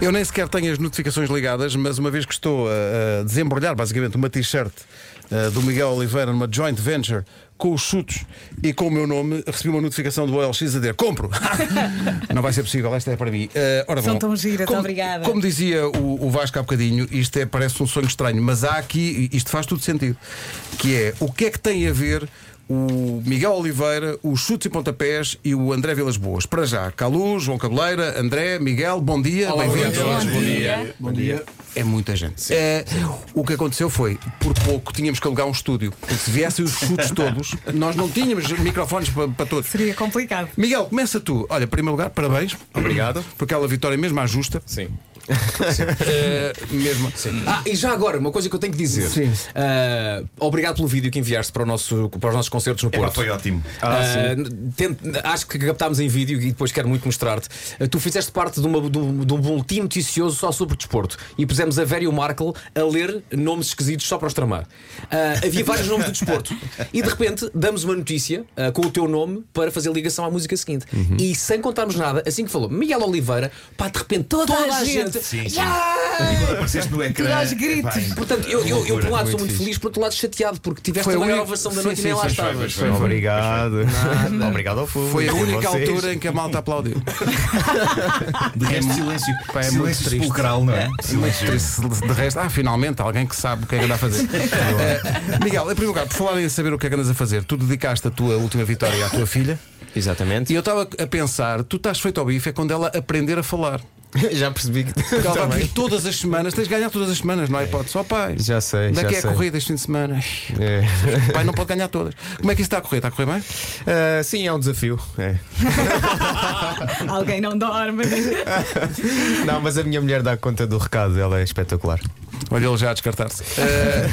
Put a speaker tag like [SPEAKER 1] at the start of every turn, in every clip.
[SPEAKER 1] Eu nem sequer tenho as notificações ligadas, mas uma vez que estou a, a desembrulhar basicamente uma t-shirt eh, do Miguel Oliveira numa joint venture com os chutos e com o meu nome, recebi uma notificação do OLX a dizer compro. Não vai ser possível, esta é para mim. Eh, ora
[SPEAKER 2] São
[SPEAKER 1] bom,
[SPEAKER 2] tão gira, tão
[SPEAKER 1] como-
[SPEAKER 2] obrigada.
[SPEAKER 1] Como dizia o, o Vasco há bocadinho, isto é, parece um sonho estranho, mas há aqui, isto faz tudo sentido, que é o que é que tem a ver o Miguel Oliveira, o Chutes e Pontapés e o André Vilas Boas. Para já, Calu, João Cabeleira, André, Miguel, bom dia, bem-vindos.
[SPEAKER 3] Bom dia.
[SPEAKER 1] É muita gente. É, o que aconteceu foi, por pouco, tínhamos que alugar um estúdio. Porque se viessem os chutes todos, nós não tínhamos microfones para, para todos.
[SPEAKER 2] Seria complicado.
[SPEAKER 1] Miguel, começa tu. Olha, em primeiro lugar, parabéns.
[SPEAKER 3] Obrigado.
[SPEAKER 1] Por aquela vitória mesmo à justa.
[SPEAKER 3] Sim.
[SPEAKER 1] É, mesmo.
[SPEAKER 3] Ah, e já agora, uma coisa que eu tenho que dizer.
[SPEAKER 1] Sim.
[SPEAKER 3] Ah, obrigado pelo vídeo que enviaste para, o nosso, para os nossos concertos no Porto.
[SPEAKER 4] foi ótimo.
[SPEAKER 3] Ah, n- tente- acho que captámos em vídeo e depois quero muito mostrar-te. Ah, tu fizeste parte de, uma- de um, de um boletim noticioso só sobre desporto e pusemos a Vera e o Markle a ler nomes esquisitos só para os tramar. Ah, havia vários nomes do desporto e de repente damos uma notícia ah, com o teu nome para fazer ligação à música seguinte. E sem contarmos nada, assim que falou Miguel Oliveira, pá, de repente toda, a gente.
[SPEAKER 4] Sim,
[SPEAKER 1] é.
[SPEAKER 4] sim.
[SPEAKER 2] Ah,
[SPEAKER 3] "Yeah!"
[SPEAKER 4] Apareceste no ecrã.
[SPEAKER 2] Dá os gritos.
[SPEAKER 4] Epá,
[SPEAKER 3] Portanto, eu, eu, eu por um lado sou muito
[SPEAKER 1] fixe.
[SPEAKER 3] feliz, por outro lado chateado, porque tiveste
[SPEAKER 1] Foi
[SPEAKER 3] a
[SPEAKER 1] a
[SPEAKER 3] maior
[SPEAKER 1] única-
[SPEAKER 3] ovação da
[SPEAKER 1] Sim,
[SPEAKER 3] noite
[SPEAKER 1] sim,
[SPEAKER 3] e nem lá
[SPEAKER 1] sim,
[SPEAKER 3] estavas.
[SPEAKER 4] foi, foi.
[SPEAKER 5] Obrigado. Obrigado ao público.
[SPEAKER 1] Foi a única
[SPEAKER 5] vocês.
[SPEAKER 1] altura em que a malta aplaudiu.
[SPEAKER 4] De resto, silêncio.
[SPEAKER 1] Pá, é muito
[SPEAKER 4] silêncio
[SPEAKER 1] triste.
[SPEAKER 4] sepulcral, não é?
[SPEAKER 1] Mas
[SPEAKER 4] Silêncio.
[SPEAKER 1] triste, de resto, ah, finalmente alguém que sabe o que é que anda a fazer. Eh, Miguel, em primeiro lugar, por falar em saber o que é que andas a fazer, tu dedicaste a tua última vitória à tua filha.
[SPEAKER 5] Exatamente.
[SPEAKER 1] E eu estava a pensar, tu estás feito ao bife é quando ela aprender a falar.
[SPEAKER 5] Já percebi que.
[SPEAKER 1] Porque ela vai
[SPEAKER 5] Também.
[SPEAKER 1] vir todas as semanas, tens de ganhar todas as semanas, não há hipótese. Ó pai,
[SPEAKER 5] Já sei,
[SPEAKER 1] Daqui
[SPEAKER 5] já
[SPEAKER 1] é
[SPEAKER 5] sei.
[SPEAKER 1] a corrida este fim de semana.
[SPEAKER 5] É.
[SPEAKER 1] Pai, não pode ganhar todas. Como é que isso está a correr? Está a correr bem?
[SPEAKER 5] Ah, sim, é um desafio. É.
[SPEAKER 2] Alguém não dorme.
[SPEAKER 5] Não, mas a minha mulher dá conta do recado, ela é espetacular.
[SPEAKER 1] Olha, ele já a descartar-se. Eh,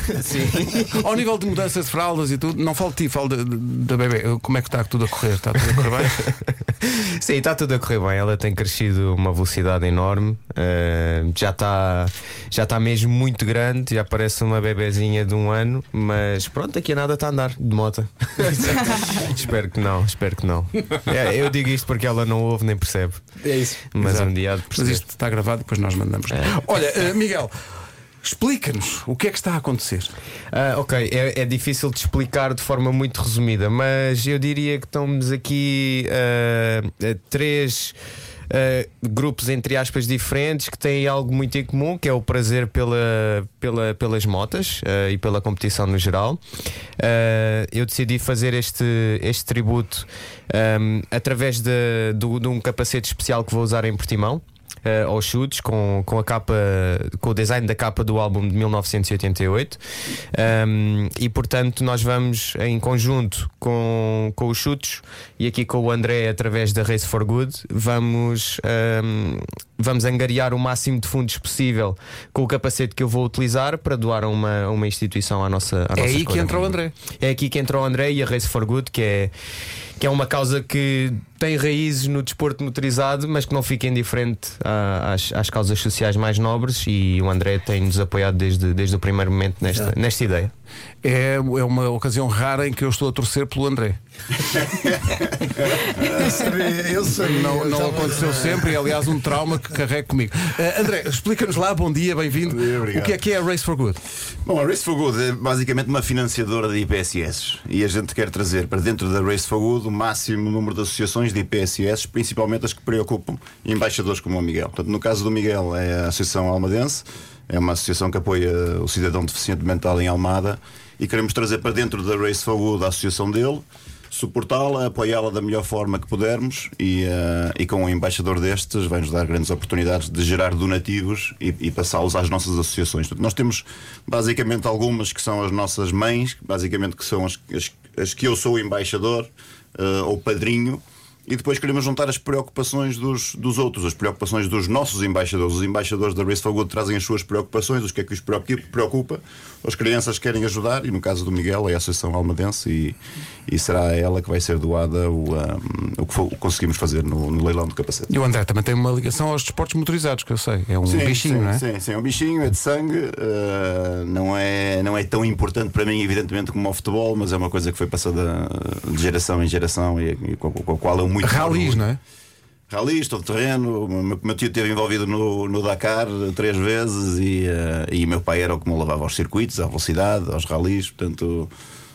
[SPEAKER 1] Ao nível de mudanças de fraldas e tudo, não falo de ti, falo de- de- da bebê. Como é que está tudo a correr? Está tudo a correr bem?
[SPEAKER 5] Sim, está tudo a correr bem. Ela tem crescido a uma velocidade enorme. Ah, já está já tá mesmo muito grande. Já parece uma bebezinha de um ano. Mas pronto, aqui a nada está a andar de moto. espero que não, espero que não. É, eu digo isto porque ela não ouve nem percebe.
[SPEAKER 3] É isso.
[SPEAKER 5] Mas
[SPEAKER 1] Exato.
[SPEAKER 5] um dia há de
[SPEAKER 1] Mas
[SPEAKER 5] perceber.
[SPEAKER 1] isto está gravado, depois nós mandamos. Olha, eh, Miguel, explica-nos o que é que está a acontecer.
[SPEAKER 5] Ah, ok, é, é difícil de explicar de forma muito resumida, mas eu diria que estamos aqui ah, a três. ah, grupos entre aspas diferentes que têm algo muito em comum que é o prazer pela, pela- pelas motas ah, e pela competição no geral Ah, eu decidi fazer este, este tributo ahm, através de, do- de um capacete especial que vou usar em Portimão eh, aos chutes com, com a capa com o design da capa do álbum de 1988 Um, e portanto nós vamos em conjunto com, com os chutes e aqui com o André através da Race for Good vamos um, vamos angariar o máximo de fundos possível com o capacete que eu vou utilizar para doar a uma, a uma instituição à nossa à
[SPEAKER 1] É
[SPEAKER 5] nossa
[SPEAKER 1] aí que
[SPEAKER 5] escolha.
[SPEAKER 1] entra o André.
[SPEAKER 5] É aqui que entra o André e a Race for Good, que é, que é uma causa que tem raízes no desporto motorizado, mas que não fica indiferente a- às, às causas sociais mais nobres. E o André tem-nos apoiado desde, desde o primeiro momento nesta, nesta ideia.
[SPEAKER 1] É, é uma ocasião rara em que eu estou a torcer pelo André.
[SPEAKER 4] Eu sei.
[SPEAKER 1] Não, não aconteceu sempre e, aliás, um trauma que carrego comigo. Eh, André, explica-nos lá, bom dia, bem-vindo.
[SPEAKER 4] dia, obrigado.
[SPEAKER 1] O que é que é a Race for Good?
[SPEAKER 6] Bom, a Race for Good é basicamente uma financiadora de IPSS e a gente quer trazer para dentro da Race for Good o máximo número de associações de IPSS, principalmente as que preocupam embaixadores como o Miguel. Portanto, no caso do Miguel, é a Associação Almadense, é uma associação que apoia o cidadão deficiente mental em Almada e queremos trazer para dentro da Race for Good a associação dele, suportá-la, apoiá-la da melhor forma que pudermos e, eh, e com um embaixador destes vai-nos dar grandes oportunidades de gerar donativos e, e passá-los às nossas associações. Portanto, nós temos basicamente algumas que são as nossas mães, basicamente que são as, as- as que eu sou embaixador eh, ou padrinho. E depois queremos juntar as preocupações dos, dos outros, as preocupações dos nossos embaixadores. Os embaixadores da Race for Good trazem as suas preocupações, o que é que os preocu- preocupa. As crianças querem ajudar, e no caso do Miguel é a Associação Almadense, e, e será a ela que vai ser doada o, ah, o que for- o que conseguimos fazer no, no leilão do capacete.
[SPEAKER 1] E um o André também tem uma ligação aos desportos motorizados, que eu sei. É um
[SPEAKER 6] Sim,
[SPEAKER 1] bichinho,
[SPEAKER 6] sim,
[SPEAKER 1] não é?
[SPEAKER 6] Sim, sim, é um bichinho, é de sangue, eh, não, é, não é tão importante para mim, evidentemente, como o futebol, mas é uma coisa que foi passada eh, de geração em geração e, e com, com a qual eu muito.
[SPEAKER 1] Ralis, não é?
[SPEAKER 6] ralista, todo terreno. O meu- meu tio esteve envolvido no, no Dakar três vezes e, eh, e meu pai era o que me levava aos circuitos, à velocidade, aos ralis. Portanto,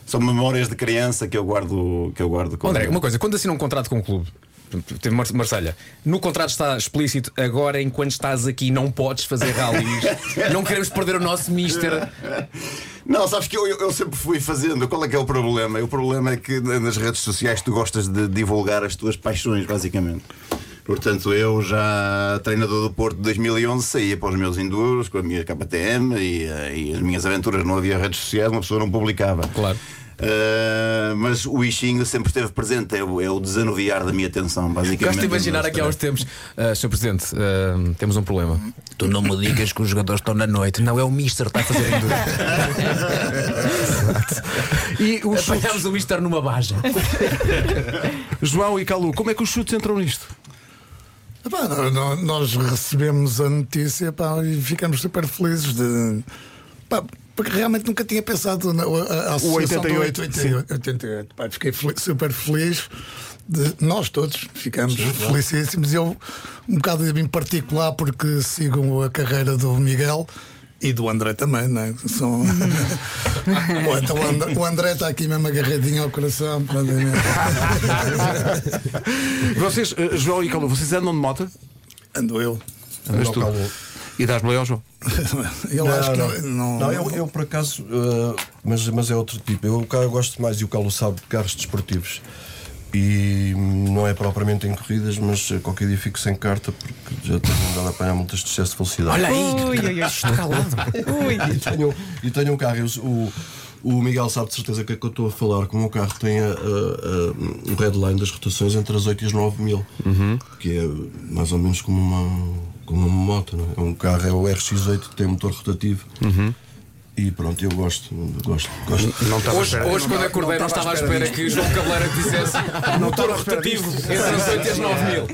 [SPEAKER 6] são memórias de criança que eu guardo, que eu guardo com
[SPEAKER 3] André, uma coisa, quando assina um contrato com um clube, teve Mar- Marselha, no contrato está explícito, agora enquanto estás aqui não podes fazer rallies, não queremos perder o nosso mister.
[SPEAKER 6] Não, sabes que eu, eu- eu sempre fui fazendo. Qual é que é o problema? O problema é que na- nas redes sociais tu gostas de divulgar as tuas paixões, basicamente. Portanto, eu já treinador do Porto de 2011 saía para os meus enduros com a minha KTM e, eh, e as minhas aventuras. Não havia redes sociais, uma pessoa não publicava.
[SPEAKER 3] Claro.
[SPEAKER 6] Eh, mas o Ixinho sempre esteve presente, é o, é o desanuviar da minha atenção, basicamente.
[SPEAKER 3] Gosto de imaginar aqui há uns tempos, ah, Sr. Presidente, ah, temos um problema. Tu não me digas que os jogadores estão na noite, não é o mister que está a fazer
[SPEAKER 1] E os chutes,
[SPEAKER 3] Apanhámos o mister numa baja.
[SPEAKER 1] João e Calu, como é que os chutes entram nisto?
[SPEAKER 7] Epá, nó- nó- nós recebemos a notícia pá, e ficamos super felizes de. pá, porque realmente nunca tinha pensado na a- a associação
[SPEAKER 1] 88,
[SPEAKER 7] do 88. 88. Pá, fiquei fel- super feliz. de- nós todos ficamos felicíssimos. Eu, um bocado em particular, porque sigam a carreira do Miguel. E do André também, não é? São... Pô, então o André- o André está aqui mesmo agarradinho ao coração. pá, né?
[SPEAKER 1] Vocês, eh, João e Calu, vocês andam de moto?
[SPEAKER 7] Ando eu.
[SPEAKER 1] Andas tu? E dás boleia ao João?
[SPEAKER 7] Eu acho que não. não-
[SPEAKER 8] Não, eu, eu, por acaso, eh, mas, mas é outro tipo. Eu, cara, eu gosto mais, e o Calo sabe, de carros desportivos. E hum, não é propriamente em corridas, mas eh, qualquer dia fico sem carta porque já tenho andado a apanhar muitas de excesso de velocidade.
[SPEAKER 3] Olha aí,
[SPEAKER 2] Ui, ui, ui.
[SPEAKER 3] calado.
[SPEAKER 2] Ui.
[SPEAKER 8] E tenho, e tenho um carro. eu- o, o Miguel sabe de certeza que é que eu estou a falar. Como o carro tem eh, a, a- a- o headline das rotações entre as 8 e as 9 mil, que é mais ou menos como uma, como uma moto. Não é? É Um carro é o RX8 que tem motor rotativo.
[SPEAKER 7] Uhum.
[SPEAKER 8] E pronto, eu gosto. Gosto. gosto.
[SPEAKER 1] Não estava
[SPEAKER 3] Hoje, hoje quando acordei, não, estava à espera, que o João Cabeleira dissesse motor rotativo entre as 8 e as 9 mil.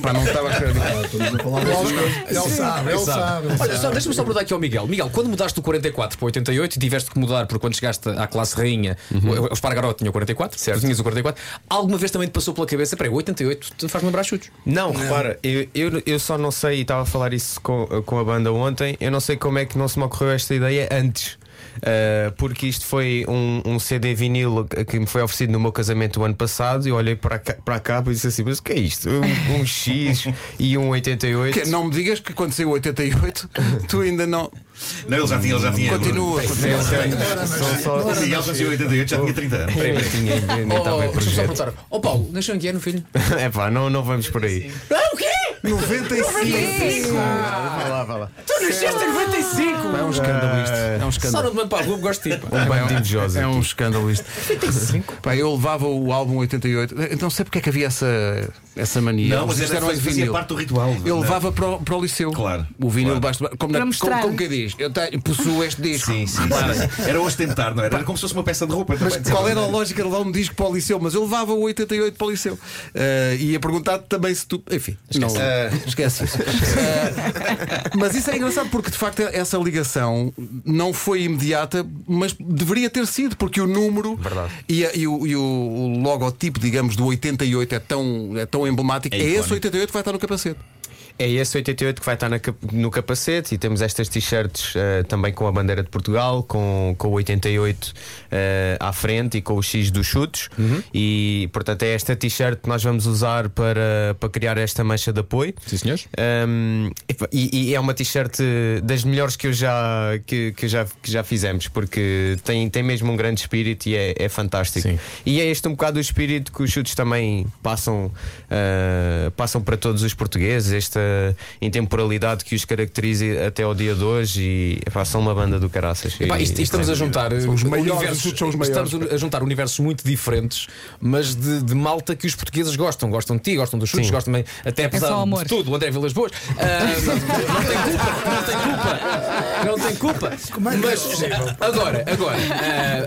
[SPEAKER 1] Pá, não estava a esperar disso.
[SPEAKER 8] Estamos a falar destas coisas.
[SPEAKER 7] Ele sabe, ele sabe. ele
[SPEAKER 3] Olha, só, deixa-me só perguntar aqui ao Miguel. Miguel, quando mudaste do 44 para o 88 e tiveste que mudar porque quando chegaste à classe rainha, o, o Espargarot tinha o 44, Uhum. certo. tu tinhas o 44, alguma vez também te passou pela cabeça, peraí, o 88 te faz lembrar chutes.
[SPEAKER 5] Não, repara, eu, eu, eu só não sei, e estava a falar isso com, com a banda ontem, eu não sei como é que não se me ocorreu esta ideia antes. Ah, porque isto foi um, um CD vinil que que me foi oferecido no meu casamento o ano passado. E eu olhei para a, ca- para a capa e disse assim: Mas o que é isto? Um, um X e um 88.
[SPEAKER 4] é
[SPEAKER 1] Que- Não me digas que quando saiu 88, tu ainda não.
[SPEAKER 4] Não, ele já tinha, ele já tinha.
[SPEAKER 1] Continua. continua.
[SPEAKER 5] São só.
[SPEAKER 4] O Miguel fazia 88, já tinha 30 anos.
[SPEAKER 5] Eu tinha inventado bem
[SPEAKER 3] Oh, deixa-me só
[SPEAKER 5] projeto.
[SPEAKER 3] perguntar. Ó Paulo, nasceu em que ano, filho?
[SPEAKER 5] É pá, não, não vamos por aí.
[SPEAKER 3] Ah, o quê?
[SPEAKER 1] 95!
[SPEAKER 3] Tu nasceste em 95!
[SPEAKER 1] É um escândalo isto. É um
[SPEAKER 3] Só
[SPEAKER 1] escândalo.
[SPEAKER 3] não te mando para a rua, gosto de ti. pá.
[SPEAKER 5] Um
[SPEAKER 1] Pá, é
[SPEAKER 5] bando
[SPEAKER 1] um-
[SPEAKER 5] de invejosos.
[SPEAKER 1] É um escândalo isto. 85. Pá, eu levava o álbum 88. Então sei porque é que havia essa, essa mania.
[SPEAKER 4] Não, mas
[SPEAKER 1] Isto
[SPEAKER 4] era,
[SPEAKER 1] em
[SPEAKER 4] fazia
[SPEAKER 1] vinil.
[SPEAKER 4] parte do ritual.
[SPEAKER 1] Eu
[SPEAKER 4] não? é?
[SPEAKER 1] levava para o, para o liceu.
[SPEAKER 4] Claro,
[SPEAKER 1] O vinil
[SPEAKER 4] claro.
[SPEAKER 1] baixo de- Como, na-
[SPEAKER 2] Para mostrar.
[SPEAKER 1] como, como quem diz? Eu tenho, possuo este disco.
[SPEAKER 4] Sim, sim, sim. Era ostentar, não é? era? Era como se fosse uma peça de roupa.
[SPEAKER 1] Mas
[SPEAKER 4] também, de
[SPEAKER 1] qual
[SPEAKER 4] certa
[SPEAKER 1] era a
[SPEAKER 4] maneira.
[SPEAKER 1] lógica de levar um disco para o liceu? Mas eu levava o 88 para o liceu. Eh, e ia perguntar também se tu. Enfim, não, esquece isso. Eh, mas isso é engraçado porque de facto essa ligação não foi imediata, mas deveria ter sido, porque o número e, a- e o, e o logotipo, digamos, do 88 é tão, é tão emblemático.
[SPEAKER 4] É
[SPEAKER 1] É, esse
[SPEAKER 4] icónico.
[SPEAKER 1] 88 que vai estar no capacete.
[SPEAKER 5] É esse 88 que vai estar na cap- no capacete e temos estas t-shirts eh, também com a bandeira de Portugal, com, com o 88 eh, à frente e com o X dos chutes. E portanto é esta t-shirt que nós vamos usar para, para criar esta mancha de apoio.
[SPEAKER 3] Sim, senhores.
[SPEAKER 5] Um, epa, e, e é uma t-shirt eh, das melhores que eu já, que, que eu já, que já fizemos, porque tem, tem mesmo um grande espírito e é, é fantástico.
[SPEAKER 3] Sim.
[SPEAKER 5] E é este um bocado o espírito que os chutes também passam, eh, passam para todos os portugueses, esta intemporalidade que os caracteriza até ao dia de hoje. E epá, são uma banda do caraças.
[SPEAKER 3] Pá,
[SPEAKER 5] E-
[SPEAKER 3] isto, isto
[SPEAKER 5] e-
[SPEAKER 3] estamos a juntar uh,
[SPEAKER 1] os maiores,
[SPEAKER 3] universos-
[SPEAKER 1] os são os maiores.
[SPEAKER 3] estamos a juntar universos muito diferentes, mas de, de malta que os portugueses gostam. Gostam de ti, gostam dos chutes, gostam também, até apesar
[SPEAKER 2] É só amor.
[SPEAKER 3] de tudo, o André Vilas Boas. Ah, não tem culpa, não tem
[SPEAKER 1] é
[SPEAKER 3] culpa, não tem culpa. mas agora, agora, ah,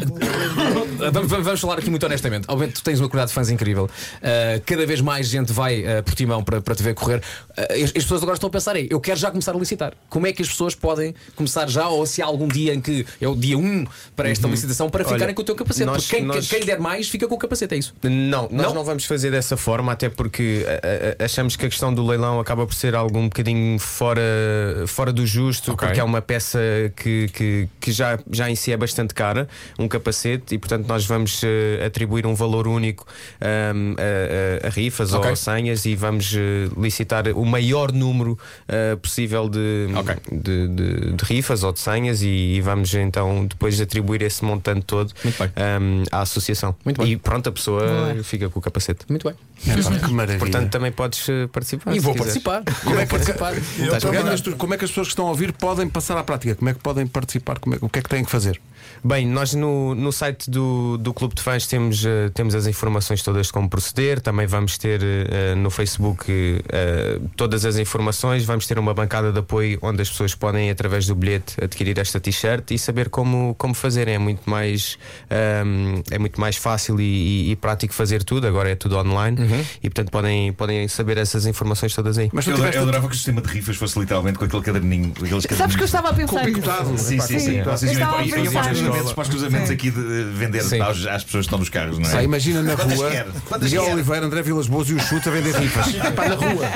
[SPEAKER 3] vamos, vamos- vamos falar aqui muito honestamente. Obviamente, tu tens uma quantidade de fãs incrível. Uh, cada vez mais gente vai uh, por timão para, para te ver correr. Uh, as, as pessoas agora estão a pensar, "Ei, eu quero já começar a licitar. Como é que as pessoas podem começar já, ou se há algum dia em que é o dia 1 para
[SPEAKER 1] Uhum.
[SPEAKER 3] esta licitação, para
[SPEAKER 5] Olha,
[SPEAKER 3] ficarem com o teu capacete?
[SPEAKER 5] nós-
[SPEAKER 3] Porque quem,
[SPEAKER 5] nós-
[SPEAKER 3] quem der mais fica com o capacete, é isso.
[SPEAKER 5] Não, nós
[SPEAKER 3] Não?
[SPEAKER 5] não? vamos fazer dessa forma, até porque a- a- achamos que a questão do leilão acaba por ser algo um bocadinho fora, fora do justo,
[SPEAKER 3] Ok.
[SPEAKER 5] porque é uma peça que, que, que já, já em si é bastante cara, um capacete, e portanto nós vamos eh, atribuir um valor único ahm, a, a- a rifas
[SPEAKER 3] Ok.
[SPEAKER 5] ou senhas e vamos eh, licitar o maior número eh, possível de,
[SPEAKER 3] Ok.
[SPEAKER 5] de, de- de rifas ou de senhas e, e vamos então depois atribuir esse montante todo
[SPEAKER 3] Muito bem.
[SPEAKER 5] ahm, à associação.
[SPEAKER 3] Muito bem.
[SPEAKER 5] E pronto, a pessoa fica com o capacete.
[SPEAKER 3] Muito bem.
[SPEAKER 1] É Que maravilha.
[SPEAKER 5] Portanto, também podes eh, participar.
[SPEAKER 3] E
[SPEAKER 5] se
[SPEAKER 3] vou
[SPEAKER 5] quiseres.
[SPEAKER 3] participar. Como é que participar?
[SPEAKER 1] Mas como, é que as tu- como é que as pessoas que estão a ouvir podem passar à prática? Como é que podem participar? Como é- o que é que têm que fazer?
[SPEAKER 5] Bem, nós no, no site do, do Clube de Fãs temos, eh, temos as informações todas de como proceder. Também vamos ter eh, no Facebook eh, todas as informações. Vamos ter uma bancada de apoio onde as pessoas podem, através do bilhete, adquirir esta t-shirt e saber como, como fazerem. É muito mais, ehm, é muito mais fácil e, e- e prático fazer tudo. Agora é tudo online
[SPEAKER 3] Uhum.
[SPEAKER 5] e, portanto, podem, podem saber essas informações todas aí.
[SPEAKER 1] Mas tu
[SPEAKER 4] Eu, adorava-
[SPEAKER 1] tiveste
[SPEAKER 4] eu adorava que o sistema de rifas fosse literalmente com aquele caderninho. Aqueles
[SPEAKER 2] Sabes que eu estava a pensar nisso.
[SPEAKER 4] Sim, sim, sim.
[SPEAKER 2] Sim.
[SPEAKER 4] Vocês
[SPEAKER 2] Eu estava a
[SPEAKER 4] vêm para- iam para os
[SPEAKER 2] pensar.
[SPEAKER 4] cruzamentos, para os cruzamentos aqui de de
[SPEAKER 3] Sim.
[SPEAKER 4] vender aos- às pessoas que estão nos carros, não
[SPEAKER 1] Pá,
[SPEAKER 4] é?
[SPEAKER 1] imagina na
[SPEAKER 4] Quantas
[SPEAKER 1] rua
[SPEAKER 4] quer? Quantas
[SPEAKER 1] Miguel
[SPEAKER 4] quer?
[SPEAKER 1] Oliveira, André Vilas Boas e o Chute a vender rifas. Pá, na rua.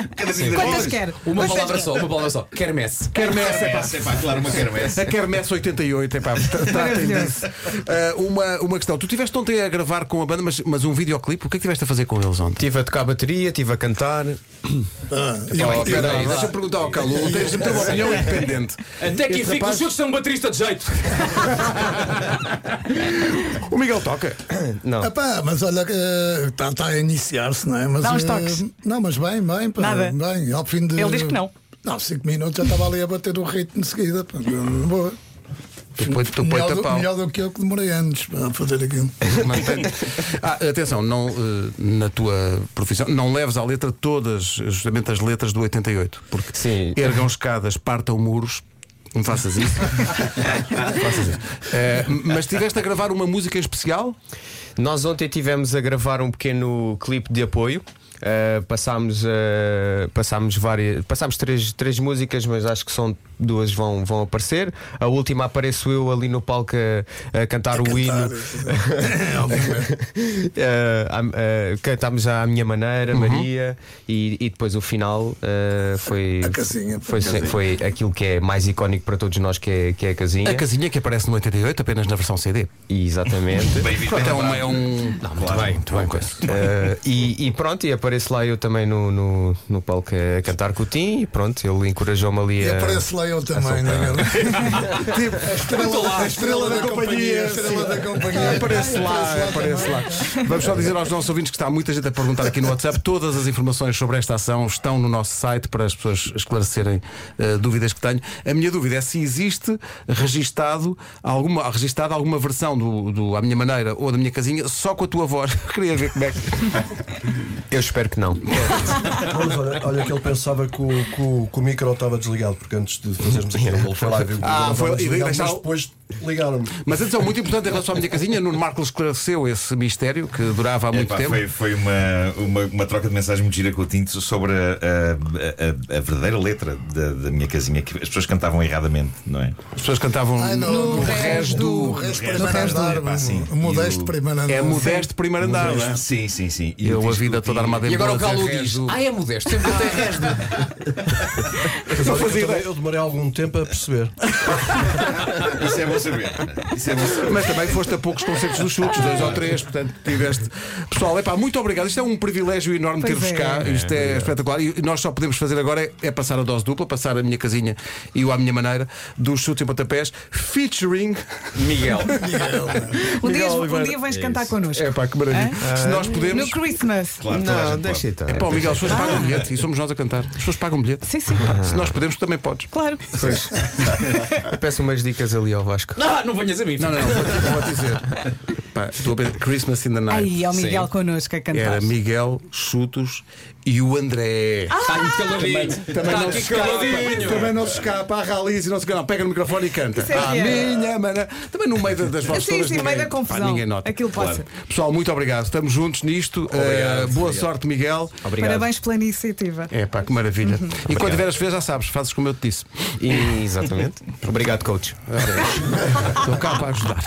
[SPEAKER 2] Quantas quer?
[SPEAKER 3] Uma
[SPEAKER 2] é-
[SPEAKER 3] palavra só, uma palavra só. Quermesse.
[SPEAKER 1] Quermesse, é pá.
[SPEAKER 4] Quermesse, é pá, claro, uma quermesse.
[SPEAKER 1] A Quermesse 88, é pá, tra- tratem
[SPEAKER 2] Maravilhoso.
[SPEAKER 1] disso. Ah, uma, uma questão. Tu tiveste ontem a gravar com a banda, mas, mas um videoclipe, o que é que tiveste a fazer com eles ontem?
[SPEAKER 5] Estive a tocar bateria, estive a cantar.
[SPEAKER 1] Oh,
[SPEAKER 7] E-
[SPEAKER 1] espera aí, deixa eu perguntar ao Calu. Tens uma opinião independente.
[SPEAKER 3] Até que
[SPEAKER 1] Este
[SPEAKER 3] fica,
[SPEAKER 1] rapaz-
[SPEAKER 3] os outros são baterista de jeito.
[SPEAKER 1] O Miguel toca.
[SPEAKER 5] Não.
[SPEAKER 7] Epá, mas olha, está tá a iniciar-se, não é? Mas,
[SPEAKER 2] Dá uns
[SPEAKER 7] eh,
[SPEAKER 2] toques.
[SPEAKER 7] não, mas bem, bem, pá,
[SPEAKER 2] Nada.
[SPEAKER 7] bem. Ao fim de.
[SPEAKER 2] Ele diz que não.
[SPEAKER 7] Não, 5 minutos já estava ali a bater o ritmo de seguida. Pá, não vou.
[SPEAKER 1] Tu põe- tu põe
[SPEAKER 7] melhor, do,
[SPEAKER 1] tapão.
[SPEAKER 7] melhor do que eu que demorei anos pá, a fazer aquilo.
[SPEAKER 1] Mantém. Ah, atenção, não, eh, na tua profissão, não leves à letra todas, justamente as letras do 88, porque
[SPEAKER 5] Sim.
[SPEAKER 1] ergam escadas, partam muros. Não faças isso. Não faças isso. Eh, mas estiveste a gravar uma música em especial?
[SPEAKER 5] Nós ontem tivemos a gravar um pequeno clipe de apoio. Uh, passámos uh, passámos várias passámos três, três músicas mas acho que são duas vão vão aparecer a última apareço eu ali no palco a, a cantar o hino Uh, am- uh, cantámos à minha maneira Maria e, e depois o final uh, foi
[SPEAKER 7] A casinha.
[SPEAKER 5] foi, foi aquilo que é mais icónico para todos nós que é, que é a casinha
[SPEAKER 1] A casinha que aparece no 88, apenas na versão CD.
[SPEAKER 5] E exatamente
[SPEAKER 4] Bem-vindo.
[SPEAKER 1] Pronto, é um. É um...
[SPEAKER 4] Claro.
[SPEAKER 1] Muito bem, coisa.
[SPEAKER 5] Uh, e, e pronto, e apareço lá eu também no, no, no palco a cantar com o Tim e pronto, ele encorajou-me ali
[SPEAKER 7] E
[SPEAKER 5] a.
[SPEAKER 7] aparece lá eu também, não é? Tipo, a estrela, a estrela da companhia. A estrela da companhia.
[SPEAKER 1] Aparece Ah, lá, aparece lá. Vamos só dizer aos nossos ouvintes que está muita gente a perguntar aqui no WhatsApp. Todas as informações sobre esta ação estão no nosso site para as pessoas esclarecerem eh, dúvidas que tenho. A minha dúvida é se existe registado alguma, registada alguma versão do, do À Minha Maneira ou da Minha Casinha só com a tua voz. Queria ver como é que.
[SPEAKER 5] Eu espero que não.
[SPEAKER 8] Mas olha, olha que ele pensava que o, que o- que o micro estava desligado, porque antes de fazermos aquilo, ele foi lá e viu que o
[SPEAKER 1] Ah,
[SPEAKER 8] micro
[SPEAKER 1] foi-
[SPEAKER 8] estava
[SPEAKER 1] e daí
[SPEAKER 8] desligado,
[SPEAKER 1] deixava-
[SPEAKER 8] mas depois ligaram-me.
[SPEAKER 1] Mas atenção, muito importante em relação à Minha Casinha, Nuno Marco esclareceu esse mistério que durava há muito
[SPEAKER 4] Epá,
[SPEAKER 1] tempo.
[SPEAKER 4] Foi, foi uma, uma, uma troca de mensagens muito gira com o Tinto sobre a, a- a- a verdadeira letra da, da minha casinha, que as pessoas cantavam erradamente, não é?
[SPEAKER 1] As pessoas cantavam
[SPEAKER 7] Ai, não,
[SPEAKER 1] no, resto do.
[SPEAKER 7] O resto
[SPEAKER 4] resto
[SPEAKER 7] primeiro
[SPEAKER 4] do-
[SPEAKER 7] andar.
[SPEAKER 4] epá, sim.
[SPEAKER 7] O modesto
[SPEAKER 4] E o-
[SPEAKER 7] primeiro andar.
[SPEAKER 1] É modesto primeiro andar. não é?
[SPEAKER 4] Sim, sim, sim. E o
[SPEAKER 1] Eu a
[SPEAKER 4] Tinto-
[SPEAKER 1] vida
[SPEAKER 4] o
[SPEAKER 1] toda
[SPEAKER 4] Tinto-
[SPEAKER 1] armada em
[SPEAKER 3] E agora o
[SPEAKER 1] bolas,
[SPEAKER 3] Galo
[SPEAKER 1] resto
[SPEAKER 3] diz:
[SPEAKER 1] do-
[SPEAKER 3] Ah, é modesto, sempre até resto.
[SPEAKER 8] Mas olha que eu também- eu demorei algum tempo a perceber.
[SPEAKER 4] Isso é bom saber. Isso é bom saber.
[SPEAKER 1] Mas também foste a poucos concertos dos chutes, dois ou três, portanto tiveste. Pessoal, é pá, muito obrigado. Isto é um privilégio enorme
[SPEAKER 2] Pois
[SPEAKER 1] ter-vos
[SPEAKER 2] é.
[SPEAKER 1] cá. Isto é, espetacular. E nós só podemos fazer agora é, é passar a dose dupla, passar a minha casinha e o à minha maneira, dos chutes e pontapés, featuring.
[SPEAKER 3] Miguel.
[SPEAKER 2] Um dia,
[SPEAKER 1] Miguel
[SPEAKER 2] um
[SPEAKER 1] Oliveira.
[SPEAKER 2] dia vais cantar connosco.
[SPEAKER 1] É pá, que maravilha. Se nós podemos.
[SPEAKER 2] No Christmas.
[SPEAKER 4] Claro, toda a
[SPEAKER 5] Não,
[SPEAKER 4] gente
[SPEAKER 5] deixa então.
[SPEAKER 1] É pá, o Miguel, as pessoas
[SPEAKER 2] Ah.
[SPEAKER 1] pagam bilhete e somos nós a cantar. As pessoas pagam bilhete.
[SPEAKER 2] Sim, sim.
[SPEAKER 1] Se nós podemos, tu também podes.
[SPEAKER 2] Claro.
[SPEAKER 5] Pois. Eu peço umas dicas ali ao Vasco.
[SPEAKER 3] Ah, não venhas a mim.
[SPEAKER 1] Não, não, não, vou, vou dizer. Pá, estou a pensar, Christmas in the Night.
[SPEAKER 2] Aí é o Miguel connosco a cantar.
[SPEAKER 1] Era Miguel, Chutos e o André.
[SPEAKER 2] Ah,
[SPEAKER 3] Está muito
[SPEAKER 1] Também
[SPEAKER 3] caladinho. Está
[SPEAKER 1] não, se
[SPEAKER 3] aqui
[SPEAKER 1] escapa,
[SPEAKER 3] caladinho.
[SPEAKER 1] também não se escapa, arra ali e não se não, pega no microfone e canta.
[SPEAKER 2] Isso é
[SPEAKER 1] Ah,
[SPEAKER 2] que era.
[SPEAKER 1] minha mana. Também no meio das, das vozes
[SPEAKER 2] Sim,
[SPEAKER 1] todas.
[SPEAKER 2] sim, no meio
[SPEAKER 1] ninguém-
[SPEAKER 2] da confusão.
[SPEAKER 1] pá, ninguém nota.
[SPEAKER 2] Aquilo passa.
[SPEAKER 1] Pessoal, muito obrigado. Estamos juntos nisto. Eh, boa sorte, Miguel.
[SPEAKER 2] Parabéns pela iniciativa.
[SPEAKER 1] É pá, que maravilha.
[SPEAKER 2] Uhum.
[SPEAKER 1] E quando tiveres fez, já sabes, fazes como eu te disse.
[SPEAKER 5] E- Exatamente. Obrigado, coach.
[SPEAKER 1] Estou cá para ajudar.